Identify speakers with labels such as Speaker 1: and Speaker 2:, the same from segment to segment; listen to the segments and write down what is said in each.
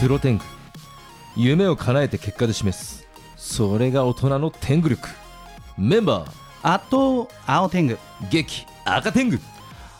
Speaker 1: プロテング夢を叶えて結果で示すそれが大人の天狗力メンバー
Speaker 2: あと青天狗
Speaker 1: 激赤天狗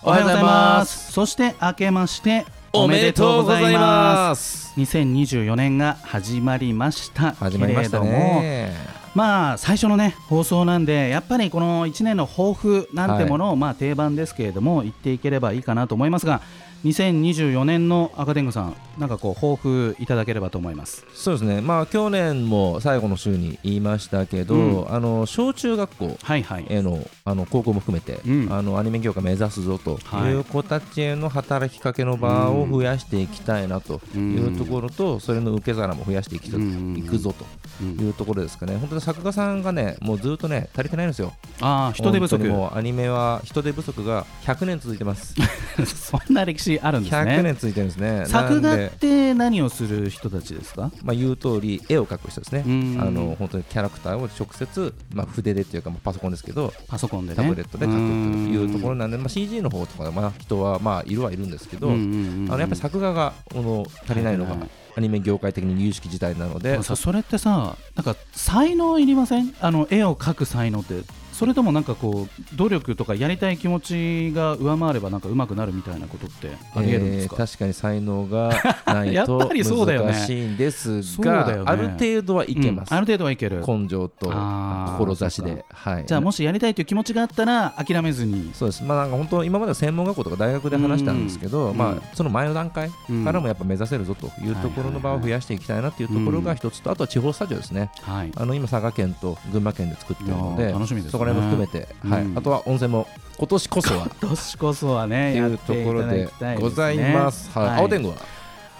Speaker 2: おはようございますそして明けましておめでとうございます
Speaker 1: す
Speaker 2: 2024年が始まりました
Speaker 1: 始まりました
Speaker 2: けれども
Speaker 1: ね
Speaker 2: まあ最初のね放送なんでやっぱりこの1年の抱負なんてものを、まあ定番ですけれども言っていければいいかなと思いますが2024年の赤天狗さんなんかこう抱負いただければと思います
Speaker 1: そうですねまあ去年も最後の週に言いましたけど、
Speaker 2: う
Speaker 1: あの小中学校
Speaker 2: はいはい
Speaker 1: へのあの高校も含めて、
Speaker 2: うん
Speaker 1: あのアニメ業界目指すぞと
Speaker 2: はい
Speaker 1: いう子たちへの働きかけの場を増やしていきたいなというところと、それの受け皿も増やしていきた
Speaker 2: うん
Speaker 1: いくぞと
Speaker 2: うん
Speaker 1: いうところですかね、本当に作家さんがね、もうずっとね、足りてないんですよ、
Speaker 2: ああ人手不
Speaker 1: 本当に
Speaker 2: 足
Speaker 1: もうアニメは人手不足が100年続いてます、
Speaker 2: そんな歴史あるんです
Speaker 1: 100
Speaker 2: ね
Speaker 1: 年続いてるんですね、
Speaker 2: 作
Speaker 1: な
Speaker 2: 画
Speaker 1: ん
Speaker 2: っ
Speaker 1: で、
Speaker 2: て何をする人たちですか
Speaker 1: まあ、言う通り、絵を描く人ですね、
Speaker 2: うん
Speaker 1: あの本当にキャラクターを直接、まあ、筆でっていうか、まあパソコンですけど、
Speaker 2: パソコンでね
Speaker 1: タブレットで書くというところなんで、まあ、CG の方とか、まあ、人はまあいるはいるんですけど、
Speaker 2: うんうんうん
Speaker 1: あのやっぱり作画がこの足りないの
Speaker 2: はいは
Speaker 1: が
Speaker 2: い
Speaker 1: アニメ業界的に有識事態なの
Speaker 2: で
Speaker 1: で
Speaker 2: も。さそれってさなんか才能いりませんあの絵を描く才能ってそれともなんかこう努力とかやりたい気持ちが上回ればなんか上手くなるみたいなことってありえるんです
Speaker 1: え
Speaker 2: か、
Speaker 1: ー確かに才能 がない
Speaker 2: やっ
Speaker 1: と
Speaker 2: ぱりそうだよね
Speaker 1: 難しいんです
Speaker 2: そう
Speaker 1: が、
Speaker 2: だよね
Speaker 1: ある程度はいけます、
Speaker 2: うんある程度はいける
Speaker 1: 根性と
Speaker 2: あー
Speaker 1: 志
Speaker 2: そっ
Speaker 1: で、はい、
Speaker 2: じゃあもしやりたいという気持ちがあったら諦めずに
Speaker 1: そうですまあなんか本当今までは専門学校とか大学で話したんですけど、
Speaker 2: うん
Speaker 1: まあその前の段階
Speaker 2: うん
Speaker 1: からもやっぱ目指せるぞというところの場を増やしていきたいなというところが一つとあとは地方スタジオですね
Speaker 2: はい
Speaker 1: あの今、佐賀県と群馬県で作ってるの
Speaker 2: いや
Speaker 1: で、
Speaker 2: ー楽しみですね
Speaker 1: そこら辺も含めて、はい
Speaker 2: うん
Speaker 1: あとは温泉も今年こそはと
Speaker 2: 年こそはね
Speaker 1: い
Speaker 2: やっ
Speaker 1: うと
Speaker 2: てい
Speaker 1: こ
Speaker 2: た
Speaker 1: ろ
Speaker 2: だ
Speaker 1: で
Speaker 2: きたいですね
Speaker 1: ございます。はい
Speaker 2: はい
Speaker 1: 青天狗は、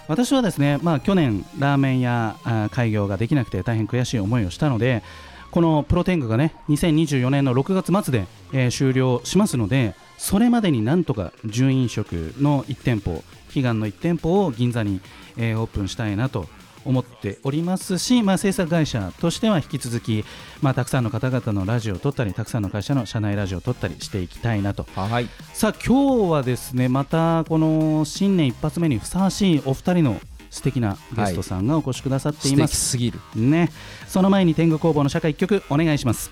Speaker 2: 私はですね、まあ、去年ラーメン屋あー開業ができなくて大変悔しい思いをしたのでこのプロテングがね2024年の6月末で、えー終了しますのでそれまでになんとか準飲食の1店舗悲願の1店舗を銀座に、えーオープンしたいなと思っておりますし、まあ、制作会社としては引き続き、まあ、たくさんの方々のラジオを撮ったりたくさんの会社の社内ラジオを撮ったりしていきたいなと
Speaker 1: はい、
Speaker 2: さあ今日はですねまたこの新年一発目にふさわしいお二人の素敵なゲストさんがお越しくださってい
Speaker 1: 素
Speaker 2: ま
Speaker 1: 敵
Speaker 2: す、
Speaker 1: すぎる、
Speaker 2: ねその前に天狗工房の社会一曲お願いします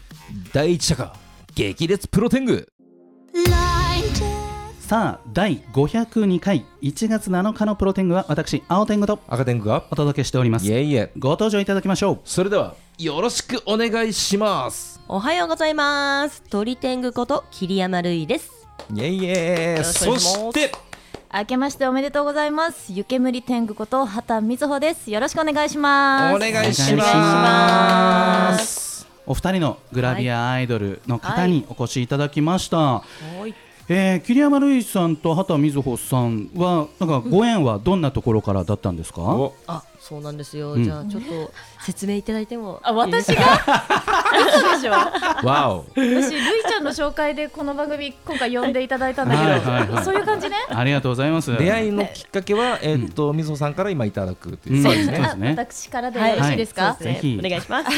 Speaker 1: 第一社か、激烈プロ天狗。
Speaker 2: さあ第502回1月7日のプロ天狗は私青天狗と
Speaker 1: 赤天狗が、
Speaker 2: お届けしております
Speaker 1: いえいえ、
Speaker 2: ご登場いただきましょう
Speaker 1: それではよろしくお願いします。
Speaker 3: おはようございます鳥天狗こと桐山るいです
Speaker 1: いえいえ、
Speaker 3: よろしくお願
Speaker 1: そ
Speaker 3: いし
Speaker 1: し
Speaker 3: ます
Speaker 1: て、
Speaker 4: 明けましておめでとうございます。湯煙天狗こと畑美穂です。よろしくお願いし
Speaker 1: お
Speaker 4: ます。
Speaker 1: 願いし
Speaker 2: お願いし
Speaker 1: ま。
Speaker 2: ますお二人のグラビアアイドルの方にお越しいただきました、
Speaker 3: はい
Speaker 2: えー桐山瑠衣さんと畑瑞穂さんはなんかご縁はどんなところからだったんですか、
Speaker 1: お
Speaker 3: あそうなんですよ、
Speaker 2: ん
Speaker 3: じゃあちょっと説明いただいても
Speaker 4: あ、
Speaker 3: いいで
Speaker 4: 私
Speaker 3: すか
Speaker 4: が。嘘でしょ
Speaker 1: わお、
Speaker 4: 私、るいちゃんの紹介で、この番組、今回呼んでいただいたんだけど、
Speaker 2: はいはいはい
Speaker 4: そういう感じね。
Speaker 2: ありがとうございます
Speaker 1: 出会いのきっかけは、えーっと、みそさんから今いただくというう。
Speaker 2: ん
Speaker 1: そうですね
Speaker 2: そうですね
Speaker 4: 私からでよろしいですか。
Speaker 3: そうで
Speaker 2: ぜ
Speaker 3: すね
Speaker 2: ひ
Speaker 3: お願いし ます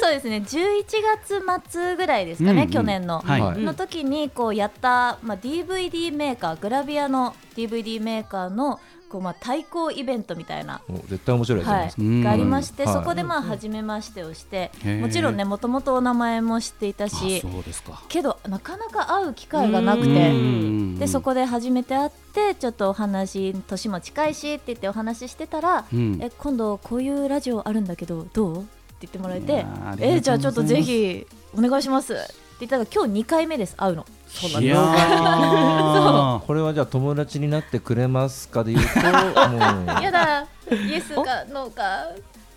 Speaker 4: そうですね。11月末ぐらいですか
Speaker 2: うん
Speaker 4: ね、
Speaker 2: うん
Speaker 4: 去年の。
Speaker 2: はい、
Speaker 1: はい
Speaker 4: の時にこうやった、まあ、DVD メーカーグラビアの DVD メーカーのこうまあ対抗イベントみたいな
Speaker 1: お絶対面白いやつじゃない
Speaker 4: は
Speaker 1: ですか。
Speaker 2: うん
Speaker 4: い、がありまして、
Speaker 1: はい
Speaker 4: そこでまあ初めましてをして、
Speaker 2: へー
Speaker 4: もちろんねもともとお名前も知っていた
Speaker 2: あ
Speaker 4: し
Speaker 2: そうですか
Speaker 4: けどなかなか会う機会がなく
Speaker 3: う
Speaker 4: て
Speaker 3: ん
Speaker 4: でそ、こで初めて会ってちょっとお話年も近いしって言ってお話ししてたら
Speaker 2: う
Speaker 4: 「
Speaker 2: ん
Speaker 4: え今度こういうラジオあるんだけどどう?」って言ってもらえ
Speaker 2: い
Speaker 4: て
Speaker 2: やーあ
Speaker 4: 「
Speaker 2: りがとうございます
Speaker 4: えじゃあちょっとぜひお願いします」って言ったら今日2回目です会うの。
Speaker 3: そうなん
Speaker 2: い
Speaker 3: です
Speaker 2: や
Speaker 3: よ
Speaker 2: ー
Speaker 1: これはじゃあ友達になってくれますかで言うともう
Speaker 4: やだイエスかノーか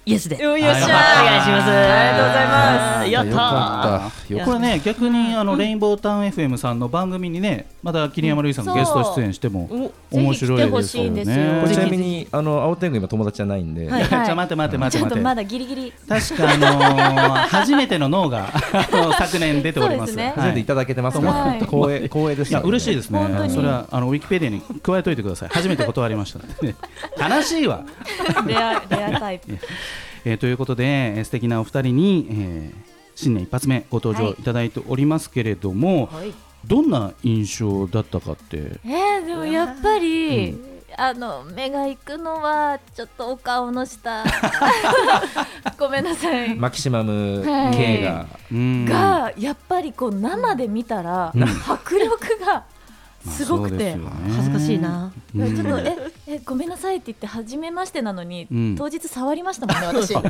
Speaker 3: イエスで
Speaker 4: よっし
Speaker 2: よっしゃー
Speaker 4: ゃー
Speaker 3: お願いします
Speaker 4: ありがとうございます
Speaker 3: やったー
Speaker 1: かったよ
Speaker 3: や
Speaker 1: か
Speaker 2: これね逆にあのレインボータウン FM さんの番組にねまた桐山瑠衣さんがゲスト出演しても
Speaker 3: お
Speaker 2: 面白いですよ
Speaker 4: ぜひ来てほしいんです
Speaker 2: ね
Speaker 4: よ
Speaker 1: これちなみ
Speaker 2: に
Speaker 1: にあの青天狗今友達じゃないんで、
Speaker 4: はい
Speaker 2: ちょっと待って待って 待っ
Speaker 4: ち
Speaker 2: て
Speaker 4: ょっと
Speaker 2: 待
Speaker 4: ま
Speaker 2: って
Speaker 4: だギ リギリ
Speaker 2: 確かあの ー初めての脳があの昨年出ております
Speaker 4: そうですね
Speaker 1: 全
Speaker 2: は
Speaker 1: 部い
Speaker 2: い
Speaker 1: ただけてます
Speaker 4: はい
Speaker 1: ね 光栄光栄です
Speaker 2: いや嬉しいですすね
Speaker 4: 本当。に
Speaker 2: それはあのウィキペディアに加えといてください。初めて断りました ってね。悲しいわ。
Speaker 4: レアレアタイプ
Speaker 2: えーということで、えー素敵なお二人に、えー新年一発目ご登場
Speaker 4: はい
Speaker 2: いただいておりますけれども、
Speaker 3: はい
Speaker 2: どんな印象だったかって、
Speaker 4: えー、でもやっぱり、あの目が行くのはちょっとお顔 の下ごめんなさい、
Speaker 1: マキシマム
Speaker 4: はい
Speaker 1: K が、
Speaker 2: うん
Speaker 4: がやっぱりこう生で見たら
Speaker 1: うん
Speaker 4: 迫力がすごくて、
Speaker 2: まあ
Speaker 3: 恥ずかしい。な。
Speaker 2: そうです
Speaker 4: ち
Speaker 2: よ
Speaker 4: ょ
Speaker 2: ね
Speaker 4: っとええごめんなさいって言って初めましてなのに、
Speaker 2: うん
Speaker 4: 当日触りましたもんね私
Speaker 1: 珍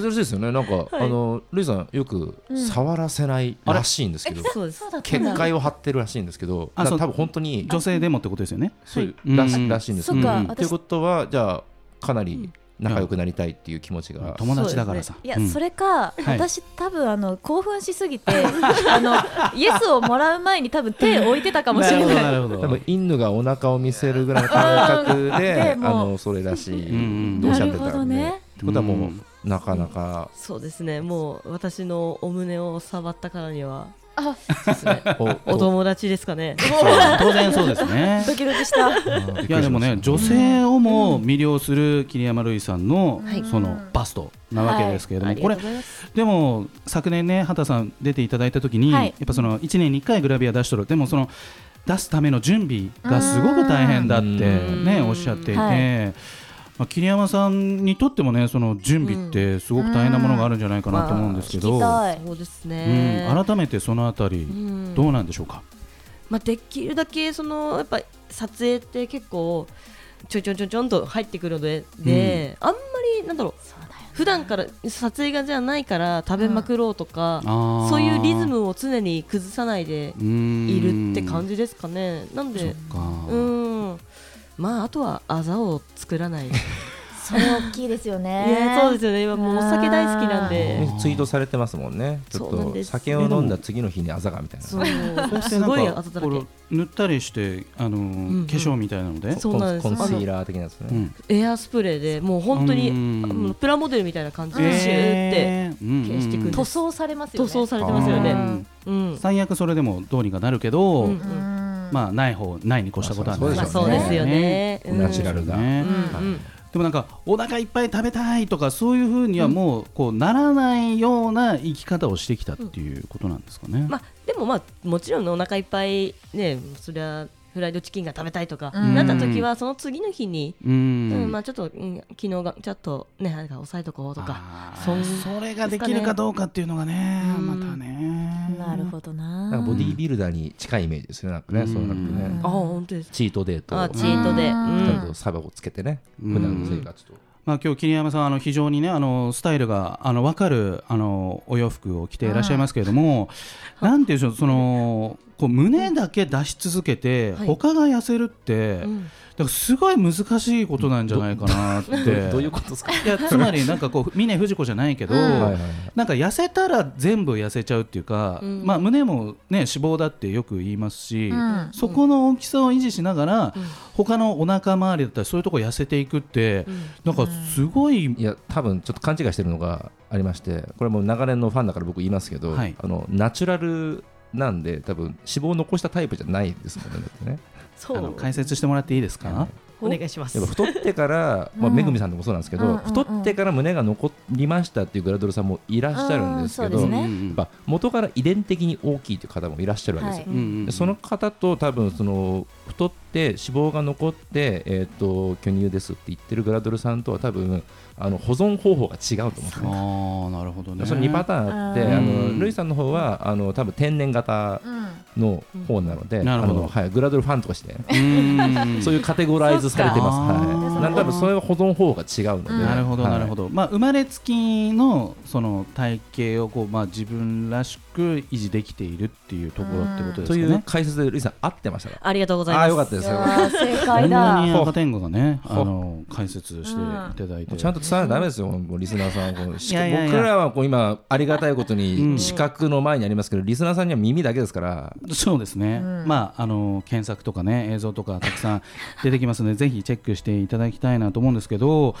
Speaker 1: しいですよねなんか、あのルイさんよく
Speaker 4: ん
Speaker 1: 触らせないらしいんですけど、
Speaker 3: そうです。
Speaker 4: そうだったん
Speaker 1: 結
Speaker 4: だ
Speaker 1: 界を張ってるらしいんですけど、
Speaker 2: あ
Speaker 1: だ
Speaker 2: そう
Speaker 1: 多分本当に
Speaker 2: 女性でもってことですよね。
Speaker 1: そういう
Speaker 2: は
Speaker 1: ら
Speaker 2: い
Speaker 1: し,、
Speaker 2: うん
Speaker 1: らしいんです
Speaker 4: そ
Speaker 1: け
Speaker 4: っ
Speaker 1: ど。
Speaker 4: か、
Speaker 2: うん
Speaker 1: という
Speaker 4: 私
Speaker 1: ことはじゃあかなり仲良くなりたいっていう気持ちが、
Speaker 2: 友達だからさ。
Speaker 4: いや、
Speaker 2: うん
Speaker 4: それか、
Speaker 2: い
Speaker 4: 私多分あの興奮しすぎて あのイエスをもらう前に多分手置いてたかもしれない
Speaker 2: なるほど。
Speaker 1: 多
Speaker 2: なるほ
Speaker 1: 分 犬がお腹を見せるぐらいの感覚で
Speaker 4: う
Speaker 1: あ
Speaker 4: ん
Speaker 1: のそれらしい、
Speaker 2: うんうん
Speaker 1: どうおっ
Speaker 4: な
Speaker 1: しゃっ
Speaker 4: る
Speaker 1: て
Speaker 4: ほ
Speaker 1: た
Speaker 4: ど
Speaker 1: んで、
Speaker 4: ね
Speaker 1: ってことはもう、
Speaker 2: うん
Speaker 1: なかなか
Speaker 3: そうですね。もう私のお胸を触ったからには、
Speaker 4: あ
Speaker 1: お
Speaker 3: お友達ですかね。
Speaker 2: ど当然そうです ね。
Speaker 4: ドキドキし
Speaker 2: い
Speaker 4: た
Speaker 2: やでもね女性をも魅了する桐山るいさんの
Speaker 4: はい
Speaker 2: そのバストなわけですけれど
Speaker 3: あ
Speaker 2: も
Speaker 3: り
Speaker 2: こ
Speaker 3: がと
Speaker 2: れ
Speaker 3: うございます。
Speaker 2: でも昨年ね畑さん出ていただいた時に
Speaker 4: は
Speaker 2: や
Speaker 4: い
Speaker 2: っぱその1年に1回グラビア出しとるでもその出すための準備がすごく大変だってね
Speaker 3: うん
Speaker 2: おっしゃっていて。
Speaker 4: はい
Speaker 2: まあ桐山さんにとってもねその準備ってすごく大変なものがあるんじゃないかなと思うんですけど、
Speaker 4: うんまあはい
Speaker 3: そうです
Speaker 2: う
Speaker 3: ね
Speaker 2: ん。改めてそのあたり
Speaker 3: うん
Speaker 2: どうなんでしょうか、
Speaker 3: まあ、できるだけそのやっぱ撮影って結構ちょいちょいちょいちょんと入ってくるので,、であんまりなんだろう
Speaker 4: そうだよ
Speaker 3: 普段から撮影がじゃないから食べまくろうとか、
Speaker 2: あー
Speaker 3: そういうリズムを常に崩さないでいるって感
Speaker 2: じ
Speaker 3: じですかね。なんで
Speaker 2: か、
Speaker 3: うんまああとはあざを作らない、
Speaker 4: それ大きいですよね
Speaker 3: ねそうですよね今もうお酒大好きなん
Speaker 2: あ
Speaker 3: で
Speaker 2: ー
Speaker 1: ツイートされてますもんねちょっ
Speaker 3: そうなん
Speaker 1: と
Speaker 3: です
Speaker 1: 酒を飲んだ次の日にあざがみたいな
Speaker 3: そう
Speaker 2: して
Speaker 3: す
Speaker 2: なん
Speaker 3: ごい
Speaker 2: か
Speaker 3: あざだら
Speaker 2: こ
Speaker 3: け
Speaker 2: れ塗ったりしてあのー
Speaker 3: うん
Speaker 2: 化粧みたいなので、
Speaker 3: そうなんです
Speaker 1: コンコンシーラー的なやつね、
Speaker 2: うん
Speaker 3: エアスプレーでもう本当に
Speaker 2: うん
Speaker 3: あもうプラモデルみたいな感じでシューって
Speaker 2: えーうん
Speaker 3: 消していくんです
Speaker 4: 塗装されますよ
Speaker 3: 塗
Speaker 4: ね
Speaker 3: 装されてますよね。
Speaker 2: うん
Speaker 3: うん
Speaker 2: 最悪それでもどうにかなるけど、
Speaker 3: うん
Speaker 4: うん
Speaker 2: まあない方ないに越したことはない
Speaker 1: ま
Speaker 3: ま
Speaker 1: あ
Speaker 3: あ
Speaker 1: そ
Speaker 3: そうう
Speaker 1: で
Speaker 3: ですす
Speaker 1: よ
Speaker 3: よ
Speaker 1: ね
Speaker 3: ね。
Speaker 1: うんナチュラルだ
Speaker 3: う
Speaker 2: ね
Speaker 3: んうん
Speaker 2: でもなんかお腹いっぱい食べたいとかそういうふうにはもうこうならないような生き方をしてきたっていうことなんですかね。
Speaker 3: まあでもまあもちろんお腹いっぱいねそりゃフライドチキンが食べたいとか
Speaker 4: うん
Speaker 3: なった時はその次の日に
Speaker 2: う
Speaker 3: うん
Speaker 2: ん
Speaker 3: まあちょっとうん昨日がちょっとねなんか抑えとこうとか
Speaker 2: あー
Speaker 3: そん
Speaker 2: それができるかどうかっていうのがね
Speaker 3: うん
Speaker 2: またね。
Speaker 4: なるほどな
Speaker 1: なんかボディービルダーに近いイメージですよねなんかね、
Speaker 2: うん
Speaker 1: そうなんかね、
Speaker 4: うん
Speaker 3: あ本当です
Speaker 1: チートデートを
Speaker 3: あチートで
Speaker 4: う
Speaker 3: うん
Speaker 1: ちゃん
Speaker 3: ん
Speaker 1: とサバをつけてね、
Speaker 2: うん
Speaker 1: 普段の生活と。
Speaker 2: まあ今日桐山さんあの非常にねあのスタイルがあの分かるあのお洋服を着ていらっしゃいますけれども、なんていうんでしょうそのこう胸だけ出し続けて、
Speaker 3: はい
Speaker 2: 他が痩せるって、
Speaker 3: う
Speaker 2: だ
Speaker 3: ん
Speaker 2: からすごい難しいことなんじゃないかなって。
Speaker 1: どどういうことですか。
Speaker 2: いやつまりなんかこう峰不二子じゃないけど、
Speaker 4: うん
Speaker 1: はいはい
Speaker 4: は
Speaker 1: はい
Speaker 2: なんか痩せたら全部痩せちゃうっていうか、
Speaker 3: うん
Speaker 2: まあ胸もね脂肪だってよく言いますし、
Speaker 4: うん
Speaker 2: そこの大きさを維持しながら、
Speaker 3: うん
Speaker 2: 他のお腹周りだったりそういうところ痩せていくって、
Speaker 3: うん
Speaker 2: なんかすごい、
Speaker 1: いや多分ちょっと勘違いしてるのがありましてこれもう長年のファンだから僕言いますけど、
Speaker 2: はい
Speaker 1: あのナチュラルなんで多分脂肪を残したタイプじゃないですもんねだってね
Speaker 3: そ
Speaker 2: あの
Speaker 3: う
Speaker 2: 解説してもらっていいですか、
Speaker 3: お願いします
Speaker 1: やっぱ太ってから、
Speaker 4: うん
Speaker 1: まあ、めぐみさんでもそうなんですけど、
Speaker 4: うんうんうん
Speaker 1: 太ってから胸が残りましたっていうグラドルさんもいらっしゃるんですけど、
Speaker 4: うんそうです
Speaker 1: や
Speaker 4: ね
Speaker 1: っぱ元から遺伝的に大きいという方もいらっしゃるわけですよ
Speaker 4: はい
Speaker 2: うんうんうん
Speaker 1: でその方と多分その太って脂肪が残って、えー、と巨乳ですって言ってるグラドルさんとは多分あの保存方法が違うと思うんです
Speaker 2: あ
Speaker 1: ね。
Speaker 2: ーなるほどね
Speaker 1: その2パターンあって、
Speaker 4: うん
Speaker 1: あのルイさんの方はあの多分天然型
Speaker 4: うん
Speaker 1: の方なので、
Speaker 2: うんなるほど
Speaker 1: あのはい、グラドルファンとして、
Speaker 2: うん
Speaker 1: そういうカテゴライズされてます。
Speaker 2: そっか
Speaker 1: はい、なんで多分それは保存方法が違うので、
Speaker 4: うん
Speaker 2: なるほど、
Speaker 1: はい
Speaker 2: なるほど、まあ、生まれつきのその体型をこう、まあ、自分らしく維持できているっていうところってことです
Speaker 1: と
Speaker 2: か
Speaker 1: い
Speaker 2: ね。
Speaker 1: う解説でルイさん合ってましたか
Speaker 3: ありがとうござい
Speaker 1: あ
Speaker 3: ま
Speaker 1: あーよかっ
Speaker 3: す
Speaker 1: たで
Speaker 4: い
Speaker 1: す
Speaker 4: や
Speaker 1: よかった
Speaker 4: ー正
Speaker 2: こん
Speaker 4: 解
Speaker 2: なに
Speaker 4: だ
Speaker 2: 赤天狗がね、あ
Speaker 1: ほう
Speaker 2: の解説していただいて、
Speaker 1: ちゃんと伝えないとダメですよ、もうリスナーさんこうし
Speaker 2: いやいやいや
Speaker 1: 僕らはこう今、ありがたいこと
Speaker 2: う
Speaker 1: に
Speaker 2: ん
Speaker 1: 視覚の前にありますけど、リスナーさんには耳だけですから、
Speaker 2: そうですね、まああの検索とかね映像とかたくさん出てきますの でぜひチェックしていただきたいなと思うんですけど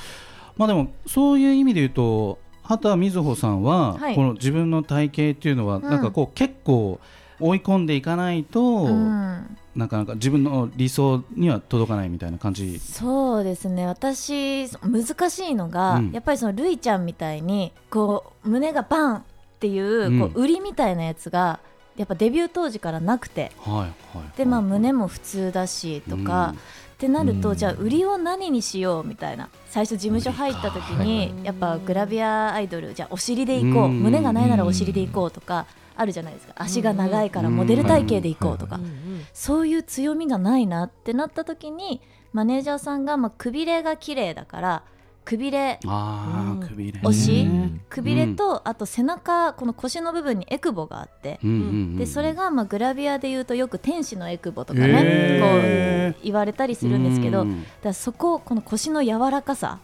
Speaker 2: まあでもそういう意味で言うと畑瑞穂さんは、
Speaker 4: はい
Speaker 2: この自分の体型っていうのは、なんかこう結構追い込んでいかないと、
Speaker 4: うん
Speaker 2: なかなか自分の理想には届かないみたいな感じ
Speaker 4: そうですね私難しいのが、
Speaker 2: うん
Speaker 4: やっぱりそのるいちゃんみたいにこう胸がバンっていう,、
Speaker 2: うん
Speaker 4: こう売りみたいなやつがやっぱデビュー当時からなくて
Speaker 2: はいはい
Speaker 4: でまあ胸も普通だしとか、
Speaker 2: うん
Speaker 4: ってなると、
Speaker 1: うん
Speaker 4: じゃあ売りを何にしようみたいな最初事務所入った時
Speaker 1: 売
Speaker 4: に、
Speaker 3: りか
Speaker 4: やっぱグラビアアイドルじゃあお尻で行こう、
Speaker 2: うん
Speaker 4: 胸がないならお尻で行こうとかあるじゃないですか足が長いからモデル体型で行こうとか、
Speaker 3: うんうん
Speaker 4: そういう強みがないなってなった時にマネージャーさんが、まあ、くびれが綺麗だからくびれ
Speaker 2: あ
Speaker 3: う
Speaker 2: あ
Speaker 3: ん
Speaker 2: くびれ
Speaker 4: 推し
Speaker 1: うん
Speaker 4: くびれと、あと背中この腰の部分にエクボがあって、
Speaker 2: うんうんうん
Speaker 4: でそれがまあグラビアでいうとよく天使のエクボとか
Speaker 2: へ
Speaker 4: ね
Speaker 2: ー
Speaker 4: こう言われたりするんですけど
Speaker 2: う
Speaker 4: だか
Speaker 2: ん
Speaker 4: らそここの腰の柔らかさ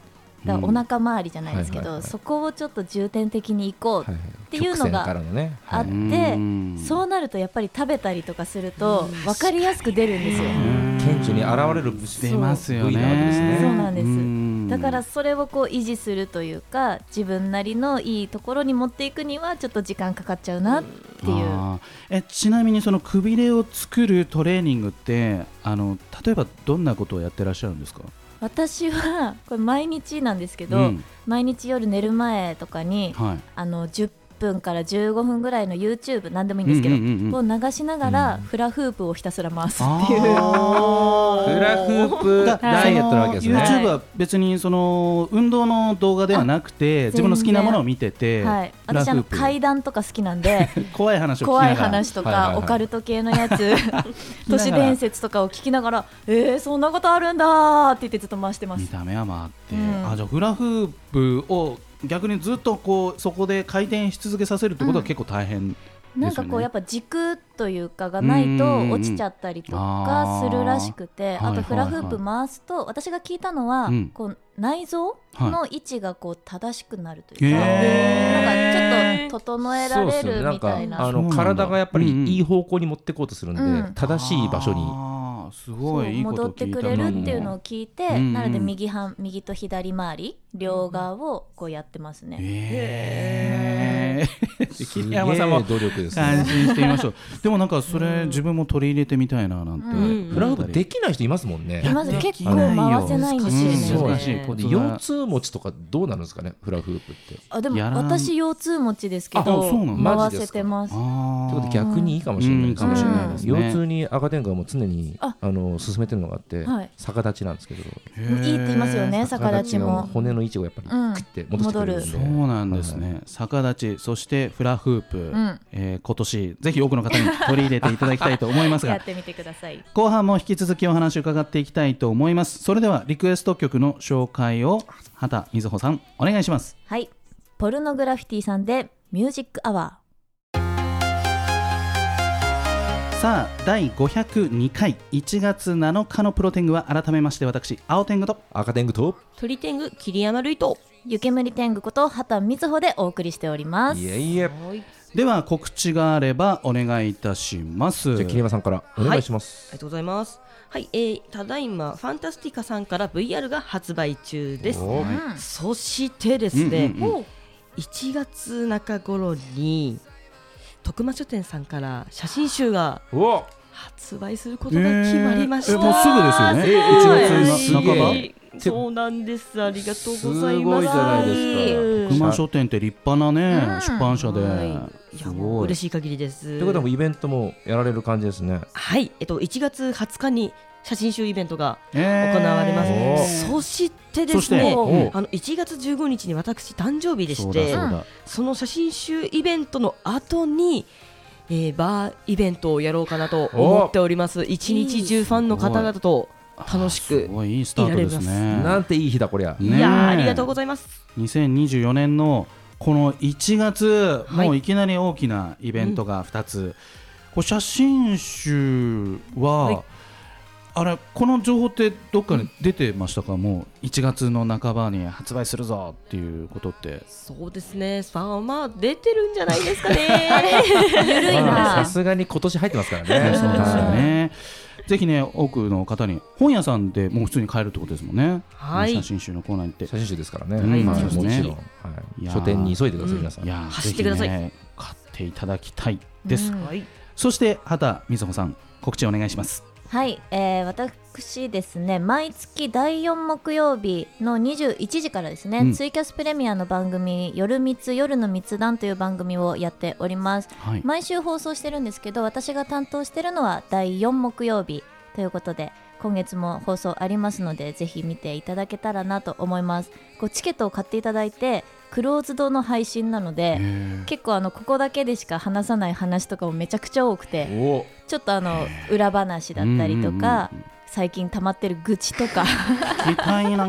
Speaker 4: だからお腹周りじゃないですけ
Speaker 1: うんはいはい
Speaker 4: ど
Speaker 1: はい
Speaker 4: そこをちょっと重点的にいこ
Speaker 1: は
Speaker 4: う
Speaker 1: いはい
Speaker 4: ていうのが
Speaker 1: 曲線からのね
Speaker 4: あ
Speaker 1: は
Speaker 4: っ
Speaker 1: い
Speaker 4: て
Speaker 2: うん
Speaker 4: そうなるとやっぱり食べたりとかすると分かりやすく出るんですよ
Speaker 2: うん
Speaker 1: 顕著に現れる部
Speaker 2: 出ますよね
Speaker 1: 部位なわけですね
Speaker 4: そうなんです
Speaker 2: ん
Speaker 4: だからそれをこう維持するというか自分なりのいいところに持っていくにはちょっと時間かかっちゃうなっていう
Speaker 2: あーえちなみにそのくびれを作るトレーニングってあの例えばどんなことをやってらっしゃるんですか
Speaker 4: 私はこれ毎日なんですけど、
Speaker 2: うん
Speaker 4: 毎日夜寝る前とかに
Speaker 2: はい
Speaker 4: あの10分から15分ぐらいの YouTube 何でもいいんですけど、
Speaker 2: うんうんうんうん
Speaker 4: を流しながらフラフープをひたすら回すっていう、
Speaker 2: あ
Speaker 1: フラフープ
Speaker 4: はい
Speaker 1: ダイエットなわけですね、
Speaker 2: その YouTube は別にその運動の動画ではなくて自分の好きなものを見てて、
Speaker 4: はい、私あの階段とか好きな んで
Speaker 2: 怖い話を聞きながら
Speaker 4: 怖い話とか、
Speaker 1: はいはいはい
Speaker 4: オカルト系のやつ 都市伝説とかを聞きながらえー、そんなことあるんだーって言ってずっと回してま
Speaker 2: 見
Speaker 4: す。
Speaker 2: た目は回って、
Speaker 4: うん
Speaker 2: あじゃあフラフープを逆にずっとこうそこで回転し続けさせるってことは結構大変、
Speaker 4: なん
Speaker 2: です
Speaker 4: かこ
Speaker 2: よ
Speaker 4: う
Speaker 2: ね
Speaker 4: やっぱ軸というかがないと落ちちゃったりとかするらしくて
Speaker 2: うんうんうんあー
Speaker 4: あとフ
Speaker 2: はいは
Speaker 4: ラ
Speaker 2: い
Speaker 4: フ
Speaker 2: はい
Speaker 4: ープ回すと私が聞いたのは
Speaker 2: うん
Speaker 4: こう内臓
Speaker 2: はい
Speaker 4: の位置がこう正しくなるというかな
Speaker 2: へ
Speaker 4: んかちょっと整えられ
Speaker 1: そうですよね
Speaker 4: るみたい
Speaker 1: んかあ
Speaker 4: な
Speaker 2: そう
Speaker 1: の
Speaker 2: なんだ
Speaker 1: 体がやっぱ
Speaker 2: うんうん
Speaker 1: りいい方向に持っていこうとするんで、
Speaker 4: うん
Speaker 1: 正しい場所に
Speaker 2: あーす
Speaker 4: そ
Speaker 2: ご
Speaker 4: う
Speaker 2: いいいこ
Speaker 4: 戻
Speaker 2: と
Speaker 4: って
Speaker 2: 聞いた
Speaker 4: く
Speaker 2: な
Speaker 4: れるっていうのを聞い
Speaker 2: うんう
Speaker 4: て
Speaker 2: ん
Speaker 4: なので右半右と左回り両側をこうやってますね。
Speaker 2: へー
Speaker 1: す
Speaker 2: 桐
Speaker 1: げえ
Speaker 2: 山さんも
Speaker 1: 努力です
Speaker 2: 感
Speaker 1: ね
Speaker 2: 心してみましょうでもなんかそれ自分も取り入れてみたいななんて、
Speaker 4: うん
Speaker 1: フラフープできない人いますもんね
Speaker 4: います
Speaker 2: いや
Speaker 4: 結
Speaker 2: できな
Speaker 4: 構
Speaker 2: いよ
Speaker 4: 回せないんですよね。
Speaker 1: そう
Speaker 2: 難しいこ
Speaker 1: で
Speaker 2: と
Speaker 1: 腰痛持ちとかどうなるんですかねフラフープって。って
Speaker 4: あでも
Speaker 2: やらん
Speaker 4: 私腰痛持ちですけ
Speaker 2: あそう
Speaker 4: ど
Speaker 2: な
Speaker 1: のマ
Speaker 4: 回
Speaker 1: ジで
Speaker 4: せ
Speaker 1: すか
Speaker 4: てます。
Speaker 2: あ
Speaker 1: ことで
Speaker 2: ー
Speaker 1: 逆にいいかもしれないです
Speaker 4: うん
Speaker 1: ね。
Speaker 4: いいかもしれないです
Speaker 2: ね
Speaker 1: 腰痛に赤天下も常に
Speaker 4: あ
Speaker 1: あの進めてるのがあって、
Speaker 4: はい
Speaker 1: 逆立ちなんですけど
Speaker 2: へ
Speaker 4: い
Speaker 2: ー
Speaker 4: いって言いますよね逆立ち
Speaker 1: が
Speaker 4: も。
Speaker 1: 骨の位置をやっぱり
Speaker 4: うん
Speaker 1: クッて戻してくれるんで、
Speaker 2: そうなんですね、逆立ちそしてフラフープ、
Speaker 4: ん
Speaker 2: えー今年ぜひ多くの方に取り入れていただきたいと思います
Speaker 4: や
Speaker 2: が
Speaker 4: ってみてください。
Speaker 2: 後半も引き続きお話を伺っていきたいと思いますそれではリクエスト曲の紹介を畑瑞穂さんお願いします
Speaker 4: はい。ポルノグラフィティさんでミュージックアワ
Speaker 2: さあ第502回1月7日のプロテングは改めまして私青天狗と
Speaker 1: 赤天狗と
Speaker 3: 鳥天狗桐山類と
Speaker 4: ー、湯煙天狗こと畑瑞穂でお送りしております。
Speaker 1: いえいえ
Speaker 3: はい
Speaker 2: では告知があればお願いいたします
Speaker 1: じゃあ桐山さんからお願いします。
Speaker 3: ありがとうございます。はい、えー、ただいまファンタスティカさんから VR が発売中です。
Speaker 1: おー
Speaker 3: そしてですね、
Speaker 2: うんうんうん
Speaker 3: もう1月中頃に徳間書店さんから写真集が
Speaker 1: お
Speaker 3: 発売することが決まりました。
Speaker 2: えーえもうすぐですよ
Speaker 1: え
Speaker 2: ね1月な
Speaker 1: すごい
Speaker 2: 半ば
Speaker 1: え
Speaker 3: ばそうなんです。ありがとうございます。
Speaker 1: すごいじゃないですか
Speaker 2: 熊書店って立派なね、
Speaker 4: うん
Speaker 2: 出版社で、
Speaker 3: はいいや
Speaker 2: す
Speaker 3: もう
Speaker 2: ごい
Speaker 3: 嬉しい限りです。
Speaker 1: ということはもうイベントもやられる感じですね。
Speaker 3: はい、えっと1月20日に写真集イベントが
Speaker 2: 行
Speaker 3: 行われます。
Speaker 1: えー
Speaker 3: そしてで
Speaker 2: そ
Speaker 3: す
Speaker 2: して、
Speaker 3: ね。
Speaker 2: うん
Speaker 3: あの1月15日に私誕生日で
Speaker 2: そう
Speaker 3: し
Speaker 2: だ
Speaker 3: て
Speaker 2: そう
Speaker 3: そ
Speaker 2: だ、
Speaker 3: の写真集イベントの後に、えーバーイベントをやろうかなと思っております一日中ファンの方々と楽し
Speaker 2: す
Speaker 3: く
Speaker 2: ごいいいスタートです
Speaker 3: いら
Speaker 2: ね。
Speaker 1: なんていい日だこりゃ。
Speaker 2: ね
Speaker 3: いやーありがとうご
Speaker 2: ざい
Speaker 3: ざいます
Speaker 2: ます。2024年のこの1月、
Speaker 3: はい
Speaker 2: もういきなり大きなイベントが2つ。これ写真集は、
Speaker 3: はい
Speaker 2: あれこの情報ってどっかに出てましたか、もう1月の半ばに発売するぞっていうことって。
Speaker 3: そうですねさあまあ出てるんじゃないですか ね
Speaker 4: ゆるい
Speaker 1: まあさ
Speaker 4: な。
Speaker 1: すがに今年入ってますから
Speaker 2: そう
Speaker 1: ね。
Speaker 2: ですよ
Speaker 1: はい
Speaker 2: ね。ぜひね、多くの方に本屋さんでもう普通に買えるってことですもんね。
Speaker 3: はい
Speaker 2: 写真集のコーナーに行って
Speaker 1: 写。真集ですからね。
Speaker 2: はい
Speaker 1: まあ
Speaker 2: そうです
Speaker 1: もち
Speaker 2: ね
Speaker 1: ろん、はいい、
Speaker 2: やー
Speaker 1: 書店に急いでください、皆さん。
Speaker 2: いやー
Speaker 3: 走ってください
Speaker 2: ぜひね、買っていただきたいです。
Speaker 4: うん
Speaker 3: はい
Speaker 2: そして畑瑞穂さん告知お願いします。
Speaker 4: はい、えー、私私ですね毎月第4木曜日の21時からですね、
Speaker 2: うん
Speaker 4: ツイキャスプレミアの番組「夜密夜の密談」という番組をやっております
Speaker 2: はい、
Speaker 4: 毎週放送してるんですけど私が担当してるのは第4木曜日ということで今月も放送ありますのでぜひ見ていただけたらなと思いますこうチケットを買っていただいてクローズドの配信なので結構あのここだけでしか話さない話とかもめちゃくちゃ多くて
Speaker 1: お
Speaker 4: ちょっとあの裏話だったりとか最近溜まってる愚痴とか
Speaker 2: 聞きたいな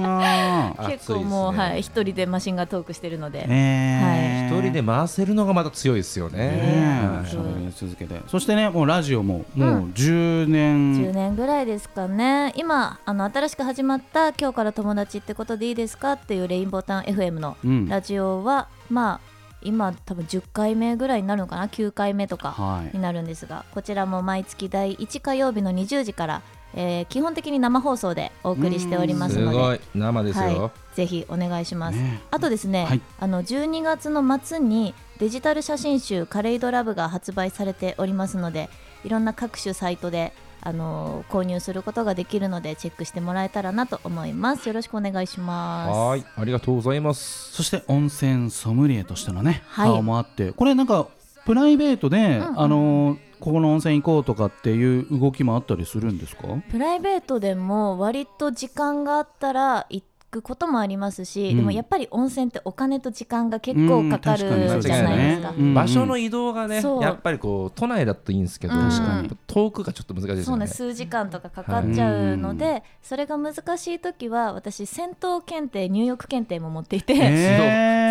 Speaker 2: ー
Speaker 1: 熱いです
Speaker 4: 結
Speaker 1: ね
Speaker 4: 構もう、はい一人でマシンガートークしてるので、
Speaker 2: ね
Speaker 1: 一人で回せるのがまた強いですよ
Speaker 2: ね
Speaker 1: ね。
Speaker 2: え
Speaker 4: はい
Speaker 2: 喋り続けてそしてねもうラジオももう10年、
Speaker 4: 10年ぐらいですかね今あの新しく始まった「今日から友達ってことでいいですか?」っていうレインボータウン FM の
Speaker 2: うん
Speaker 4: ラジオは、まあ今多分10回目ぐらいになるのかな9回目とか
Speaker 2: はい
Speaker 4: になるんですがこちらも毎月第1火曜日の20時から、えー基本的に生放送でお送りしております
Speaker 1: す
Speaker 4: ので
Speaker 1: ごい生です
Speaker 4: は
Speaker 1: よ。
Speaker 4: い、ぜひお願いします。
Speaker 2: ね
Speaker 4: あとですね、
Speaker 2: はい
Speaker 4: あの12月の末にデジタル写真集「カレイドラブ」が発売されておりますのでいろんな各種サイトで、あのー購入することができるのでチェックしてもらえたらなと思いますよろしくお願いします
Speaker 1: はーい、ありがとうございます。
Speaker 2: そして温泉ソムリエとしてのね、
Speaker 4: はい
Speaker 2: 顔もあってこれなんかプライベートで、
Speaker 4: うん
Speaker 2: あのーここの温泉行こうとかっていう動きもあったりするんですか
Speaker 4: プライベートでも割と時間があったら行くこともありますし、
Speaker 2: うん
Speaker 4: でもやっぱり温泉ってお金と時間が結構かか
Speaker 2: うん確
Speaker 4: る
Speaker 2: に
Speaker 4: じゃないですか
Speaker 2: そう。ね
Speaker 1: 場所の移動がね、
Speaker 4: そう
Speaker 1: やっぱりこう都内だといいんですけど、
Speaker 4: うん
Speaker 2: 確かに
Speaker 1: 遠くがちょっと難しいです
Speaker 4: そう
Speaker 1: よ
Speaker 4: ね
Speaker 1: ね。
Speaker 4: 数時間とかかかっちゃうので、それが難しい時は私銭湯検定入浴検定も持っていて、
Speaker 2: え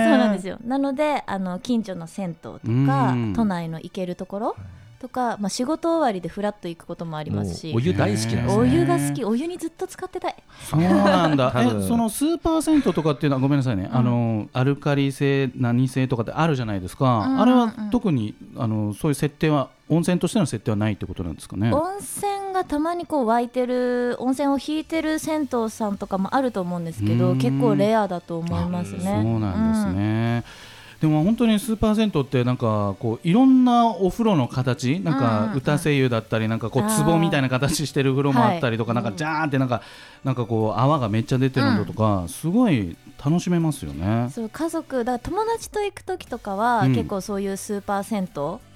Speaker 4: そうなんです
Speaker 2: よ
Speaker 4: よなのであの近所の銭湯とか
Speaker 2: うん
Speaker 4: 都内の行けるところとか、まあ、仕事終わりでフラッと行くこともありますし
Speaker 1: もうお湯大好きなんです
Speaker 4: お
Speaker 1: ね。
Speaker 4: 湯が好きお湯にずっと使ってたい
Speaker 2: そうなん だ
Speaker 1: 多分
Speaker 2: えそのスーパー銭湯とかっていうのはごめんなさいね、
Speaker 4: ん
Speaker 2: あのーアルカリ性何性とかってあるじゃないですか、
Speaker 4: うんうんうん
Speaker 2: あれは特にあのーそういう設定は温泉としての設定はないってことなんですかね
Speaker 4: 温泉がたまにこう湧いてる温泉を引いてる銭湯さんとかもあると思うんですけど
Speaker 2: うん
Speaker 4: 結構レアだと思いますね
Speaker 2: そうなんですね。でも本当にスーパー銭湯ってなんかこういろんなお風呂の形なん
Speaker 4: うんうん
Speaker 2: か
Speaker 4: うん
Speaker 2: 打たせ湯だったりなんかこう
Speaker 4: あー
Speaker 2: 壺みたいな形してる風呂もあったりとか
Speaker 4: は
Speaker 2: ないんかジャーンってなんかなんかこう泡がめっちゃ出てるのとかすごい楽しめますよね。
Speaker 4: そう家族だから友達と行く時とかは、
Speaker 2: うん
Speaker 4: 結構そういうスーパー銭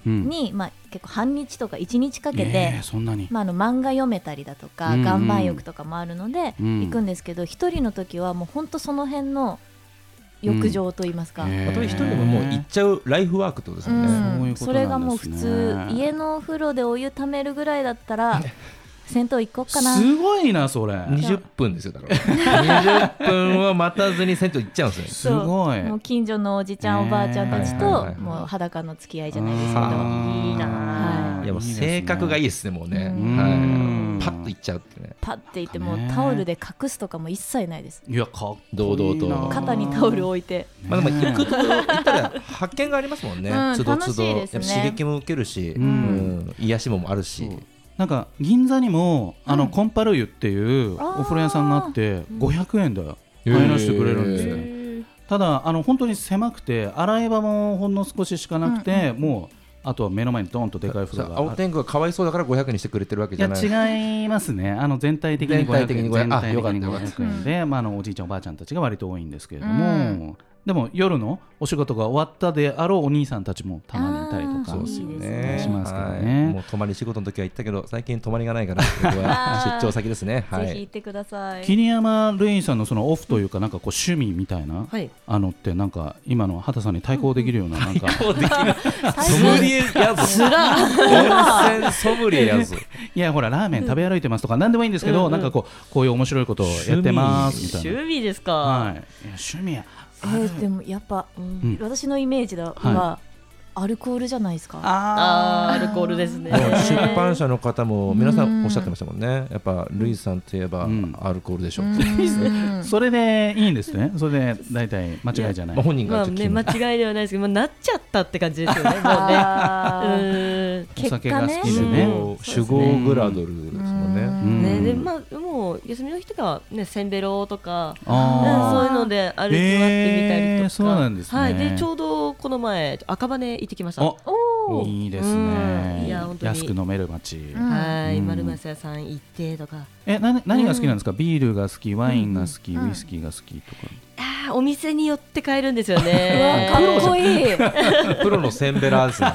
Speaker 2: うん
Speaker 4: 湯に、まあ、結構半日とか1日かけて、
Speaker 2: ねえそんなに
Speaker 4: まあ、あの漫画読めたりだとか、
Speaker 2: うんうん
Speaker 4: 岩盤浴とかもあるので、
Speaker 2: うん
Speaker 4: 行くんですけど一人の時はもう本当その辺の浴場といいますか、
Speaker 2: ねえ
Speaker 1: あと一人でももう行っちゃうライフワークってことです
Speaker 4: う
Speaker 1: よね。
Speaker 4: ん
Speaker 2: そういうことなんですね
Speaker 4: それがもう普通家のお風呂でお湯ためるぐらいだったら銭湯行こうかな。
Speaker 2: すごいなそれ。
Speaker 1: 20分ですよだから20分は待たずに銭湯行っちゃうんですよ
Speaker 2: すごい。
Speaker 4: もう近所のおじちゃん、
Speaker 2: ね
Speaker 4: おばあちゃんた
Speaker 1: はい
Speaker 4: ち
Speaker 1: はい
Speaker 4: と
Speaker 1: はいはい
Speaker 4: もう裸の付き合いじゃないですけど、
Speaker 2: あー
Speaker 1: いい
Speaker 4: な
Speaker 1: ねいやもう性格がいい
Speaker 2: い。
Speaker 1: ですねもうね
Speaker 4: うん
Speaker 2: う
Speaker 1: は
Speaker 2: ん
Speaker 1: いパッと行っちゃうってね
Speaker 4: パッていって
Speaker 2: なん
Speaker 4: も
Speaker 2: かね
Speaker 4: うタオルで隠すとかも一切ないです
Speaker 2: いやかっこいい
Speaker 1: 堂
Speaker 2: な
Speaker 1: 々と
Speaker 4: 肩にタオルを置いて
Speaker 1: まあでも
Speaker 2: ねえ
Speaker 1: 行くと行ったら発見がありますもんね
Speaker 4: うん
Speaker 1: つどつど
Speaker 4: 楽しい
Speaker 1: やっ
Speaker 4: です
Speaker 1: ぱ
Speaker 4: ね
Speaker 1: 刺激も受けるし
Speaker 2: うん
Speaker 1: うん癒しももあるし
Speaker 2: なんか銀座にもあの
Speaker 4: うん
Speaker 2: コンパル湯っていう
Speaker 4: あー
Speaker 2: お風呂屋さんがあって
Speaker 4: うん
Speaker 2: 500円だよ
Speaker 1: へ
Speaker 2: 入
Speaker 1: ー
Speaker 2: らせてくれるんですよ、
Speaker 1: へ
Speaker 2: ただあの本当に狭くて洗い場もほんの少ししかなくて、もうあとは目の前にドンとでかい風
Speaker 1: さ
Speaker 2: 呂が
Speaker 1: 青
Speaker 2: ある
Speaker 1: 天狗がかわいそうだから500にしてくれてるわけ
Speaker 2: い
Speaker 1: じゃない
Speaker 2: や違いますねあの全体的に
Speaker 1: 全体
Speaker 2: 500
Speaker 1: 的
Speaker 2: 円
Speaker 1: に500円あ
Speaker 2: 全体的に
Speaker 1: よかったよかっ
Speaker 2: 500円で、まあ、あのおじいちゃんおばあちゃんたちが割と多いんですけれど
Speaker 4: う
Speaker 2: も、でも夜のお仕事が終わったであろうお兄さんたちもたまにいたりとか
Speaker 4: あーそうですよね
Speaker 2: しますからね
Speaker 1: はいもう泊まり仕事の時は行ったけど最近泊まりがない から僕は出張先ですねは
Speaker 4: ぜひ行
Speaker 1: い
Speaker 4: ってください、
Speaker 2: 桐山レインさんのそのオフというかなんかこう趣味みたいな
Speaker 3: はい
Speaker 2: あのってなんか今の畑さんに対抗できるようななんか
Speaker 1: ソムリエやぞ
Speaker 3: つら
Speaker 1: 温泉ソムリエやぞ
Speaker 2: いやほらラーメン食べ歩いてますとか何でもいいんですけ
Speaker 3: うん
Speaker 2: ど
Speaker 3: うん
Speaker 2: なんかこうこういう面白いことをやってますみた
Speaker 3: 趣
Speaker 2: いな
Speaker 3: 味で
Speaker 2: は
Speaker 3: す
Speaker 2: い
Speaker 3: か、
Speaker 2: いや趣味や
Speaker 4: えーでもやっぱ、うん
Speaker 2: うん
Speaker 4: 私のイメージでは、
Speaker 2: は
Speaker 4: アルコールじゃないですか
Speaker 3: あ
Speaker 2: あ
Speaker 3: ーアルコールですね
Speaker 1: もう出版社の方も皆さ
Speaker 4: うん
Speaker 1: んおっしゃってましたもんね、やっぱルイさんといえば
Speaker 2: うん
Speaker 1: アルコールでしょ、
Speaker 4: う
Speaker 1: うん
Speaker 2: ーそれでいいんですねそれで大体間違いじゃない
Speaker 1: まあ、本人
Speaker 3: ま
Speaker 1: が
Speaker 3: あ
Speaker 1: ちょっと
Speaker 3: ね
Speaker 1: 気
Speaker 3: 間
Speaker 1: に
Speaker 3: 違いではないですけど、まあ、なっちゃったって感じですよねもうねう
Speaker 4: あー
Speaker 3: ーん
Speaker 2: お酒が好き
Speaker 4: 結
Speaker 2: で
Speaker 4: 果
Speaker 1: 酒
Speaker 2: ね
Speaker 1: 豪
Speaker 4: そうですね
Speaker 1: 酒豪グラドルですもん
Speaker 4: う
Speaker 1: ね。
Speaker 2: うん
Speaker 4: ん
Speaker 3: ねでまあ、もう休みの日とかは、ね、せんべろとか、うんそう
Speaker 2: あ
Speaker 4: あ
Speaker 3: いうので歩き回ってみたりとか、
Speaker 2: へーそうなんですね
Speaker 3: はい、でちょうどこの前赤羽行ってきました
Speaker 2: ーあ
Speaker 4: お
Speaker 3: お
Speaker 2: いいです
Speaker 3: うんい
Speaker 2: ね
Speaker 3: や本当に
Speaker 2: 安く飲める街、
Speaker 4: うん
Speaker 3: はい、
Speaker 2: うん
Speaker 3: 丸松屋さん行ってとか
Speaker 2: えな何が好きなんですか、ビールが好きワインが好き、
Speaker 4: うん
Speaker 2: ウイスキーが好きとか、
Speaker 3: あーお店によって買えるんですよ
Speaker 4: う わ
Speaker 3: ね
Speaker 4: かっこいい
Speaker 1: プロのセンベラですね。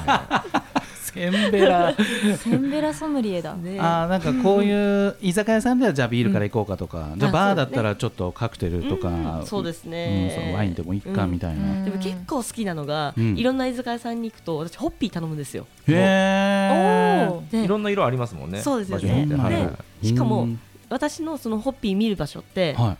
Speaker 2: せんべら
Speaker 4: センベラソムリエだ
Speaker 3: ね
Speaker 2: あーなんかこういう居酒屋さんではじゃあビールから行こうかとか、じゃあ
Speaker 3: あ
Speaker 2: バー
Speaker 3: そ
Speaker 2: だ
Speaker 3: うですね
Speaker 2: ったらちょっとカクテルとか、
Speaker 3: うんそうです
Speaker 2: うん
Speaker 3: ね、
Speaker 2: そのワインでもいいかみ
Speaker 3: い
Speaker 2: たいな、
Speaker 4: うん
Speaker 3: でも結構好きなのが、
Speaker 2: うん
Speaker 3: いろんな居酒屋さんに行くと私ホッピー頼むんですよ、
Speaker 2: へー
Speaker 4: おー
Speaker 3: で
Speaker 1: いろんな色ありますもんね。
Speaker 3: そうですよね
Speaker 1: 場所によってはいはい
Speaker 3: しかも
Speaker 2: うん
Speaker 3: 私のそのホッピー見る場所って、
Speaker 2: はい、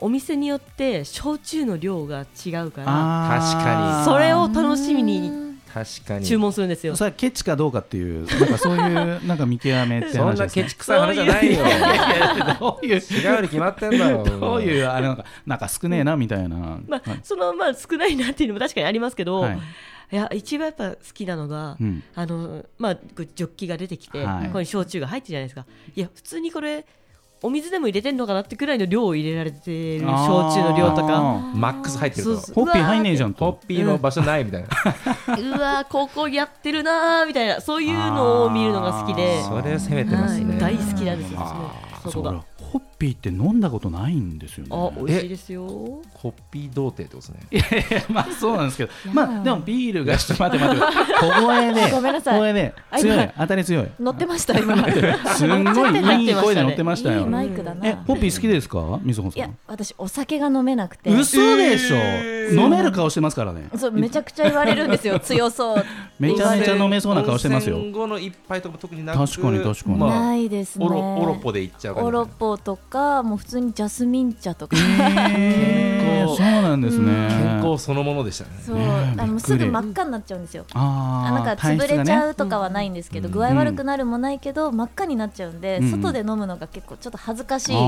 Speaker 3: お店によって焼酎の量が違うか
Speaker 2: あー
Speaker 3: らそれを楽しみに
Speaker 1: 確かに。
Speaker 3: 注文するんですよ
Speaker 2: それはケチかどうかっていうなんかそういうなんか見極めって
Speaker 1: そん
Speaker 2: 話
Speaker 1: な
Speaker 2: です
Speaker 1: ケ
Speaker 2: ね
Speaker 1: チくさい話じゃないよ。
Speaker 2: どうい
Speaker 1: 違
Speaker 2: う
Speaker 1: うに決まってんだろ。。
Speaker 2: どういううあれなんかなんか少ねえなみたいな、
Speaker 3: まあ
Speaker 2: はい、
Speaker 3: そのまあ少ないなっていうのも確かにありますけど、
Speaker 2: はい
Speaker 3: い、や一番やっぱ好きなのが、
Speaker 2: うん
Speaker 3: あのまあ、こうジョッキが出てきて、
Speaker 2: はい
Speaker 3: ここに焼酎が入ってるじゃないですかいや普通にこれお水でも入れてんのかなってくらいの量を入れられてる焼酎の量と
Speaker 2: あ
Speaker 3: か
Speaker 1: マックス入ってる
Speaker 3: そう
Speaker 1: と。
Speaker 2: ーホッピー入んねえじゃん
Speaker 1: ホ
Speaker 2: と
Speaker 1: ッピーの場所ないみたいな。
Speaker 3: うわーここやってるなーみたいなそういうのを見るのが好きで
Speaker 2: あー
Speaker 1: それ攻めてます
Speaker 3: は
Speaker 1: ね。
Speaker 3: い大好きなんですよ
Speaker 1: あ
Speaker 3: そ
Speaker 2: そう
Speaker 3: こが
Speaker 2: だホッピーって飲んだことないんですよね
Speaker 3: あ美味しいですよ
Speaker 1: ーホッピー童貞ってことですね。
Speaker 2: まあそうなんですけど、
Speaker 4: や
Speaker 2: まあでもビールがちょっと待って待 って、小声で、
Speaker 4: ごめんなさい
Speaker 2: 小声で
Speaker 4: あ
Speaker 2: 強い
Speaker 4: 今、
Speaker 2: 当たり強 い。
Speaker 4: 乗ってました今
Speaker 2: すんごいいい声で乗ってました
Speaker 4: いい
Speaker 2: よ。
Speaker 4: マイクだな
Speaker 2: え、ホッピー好きですか、みずほ
Speaker 4: い
Speaker 2: さ
Speaker 4: や
Speaker 2: ん。
Speaker 4: 私お酒が飲めなくて
Speaker 2: 嘘でしょ、
Speaker 1: えー
Speaker 2: 飲める顔してますからね。
Speaker 4: そうめちゃくちゃ言われるんで すよ強そう
Speaker 2: めちゃめちゃ飲めそうな顔してますよ
Speaker 1: 温。泉後の一杯とか特になく。
Speaker 2: 確かに確かに
Speaker 1: まあ
Speaker 4: ないですね
Speaker 1: オロオロポで行っちゃう感じ
Speaker 4: オロポとかもう普通にジャスミン茶とか
Speaker 2: えー
Speaker 1: 健康
Speaker 2: そうなんですね。
Speaker 1: 健康そのものでしたね。
Speaker 4: そう
Speaker 2: ねえ
Speaker 4: あ
Speaker 2: びっく
Speaker 4: の
Speaker 2: り
Speaker 4: すぐ真っ赤になっちゃうんですよあ
Speaker 2: あ
Speaker 4: な
Speaker 2: あ、
Speaker 4: んか
Speaker 2: 体
Speaker 4: 潰
Speaker 2: 質が
Speaker 4: れち
Speaker 2: ね
Speaker 4: ゃうとかはないんですけど、
Speaker 1: うん
Speaker 4: 具合悪くなるもないけど、真っ赤になっちゃうんで、
Speaker 2: うん
Speaker 4: 外で飲むのが結構ちょっと恥ずかしい
Speaker 2: あ
Speaker 4: な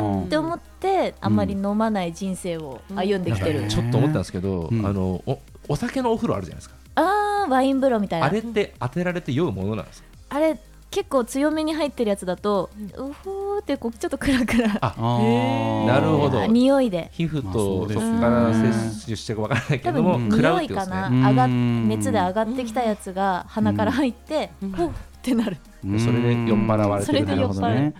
Speaker 2: ー
Speaker 4: って思って、あんまり飲まない人生を歩んできてる、
Speaker 2: うん
Speaker 1: ちょっと思ったんですけど、
Speaker 2: うん
Speaker 1: あのおお酒のお風呂あるじゃないですか。
Speaker 4: あーワイン風呂みたいな
Speaker 1: あれって当てられて酔うものなんですか。
Speaker 4: あれ結構強めに入ってるやつだと、うほーってこうちょっとクラクラ
Speaker 1: あ
Speaker 2: あー
Speaker 1: なるほど
Speaker 4: 匂いで
Speaker 1: 皮膚
Speaker 2: まあそ
Speaker 1: と
Speaker 2: うで
Speaker 1: そ
Speaker 2: す
Speaker 1: こ
Speaker 2: ね
Speaker 1: から摂取してかわからないけ
Speaker 4: 多
Speaker 1: ども、
Speaker 4: 分
Speaker 1: 食らう
Speaker 4: 匂
Speaker 1: っ
Speaker 4: い
Speaker 1: てこと
Speaker 4: か
Speaker 1: です
Speaker 4: な、
Speaker 1: ね。
Speaker 4: 上がっ
Speaker 2: うん
Speaker 4: 熱で上がってきたやつが鼻から入って、
Speaker 3: うん
Speaker 4: ほうってなる
Speaker 2: うん
Speaker 1: それで酔っ払われてる
Speaker 4: それで酔っ払う
Speaker 2: なるほどね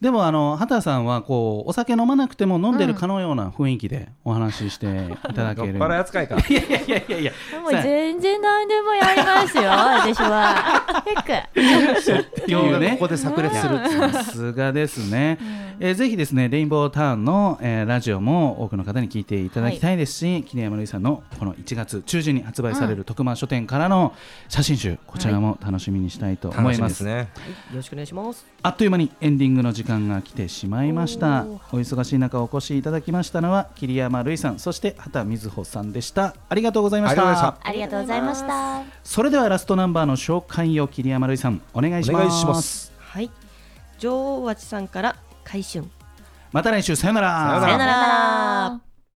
Speaker 2: でもあの畑さんはこうお酒飲まなくても飲んでるかのような雰囲気でお話ししていただけ
Speaker 1: 酔っ
Speaker 2: る。
Speaker 1: 払い扱いか。
Speaker 2: いやいやいやいやいや。
Speaker 4: もう全然何でもやりますよ私 は結構
Speaker 1: 今日
Speaker 2: 今日
Speaker 1: がこ
Speaker 2: ね
Speaker 1: こ。で炸裂する。
Speaker 2: さすがですね。えーぜひですねレインボータウンの、えーラジオも多くの方に聞いていただきたいですし、桐山瑠衣さんのこの1月中旬に発売される特番書店からの写真集こちらも楽しみにしたいと思
Speaker 1: 楽
Speaker 2: い
Speaker 1: しみ
Speaker 2: ま
Speaker 1: ですす。ね。
Speaker 3: よろしくお願いします
Speaker 2: あっという間にエンディングの時間が来てしまいました
Speaker 3: おー
Speaker 2: お忙しい中お越しいただきましたのは桐山瑠衣さんそして畑瑞穂さんでしたありがとうございました
Speaker 1: ありがとうございま
Speaker 4: ありがとうございました
Speaker 2: それではラストナンバーの紹介を桐山瑠衣さんお願いし
Speaker 1: お
Speaker 2: ます
Speaker 1: 願いします。
Speaker 3: はい女王蜂さんから回春
Speaker 2: また来週さよなら
Speaker 1: さよなら
Speaker 3: さよなら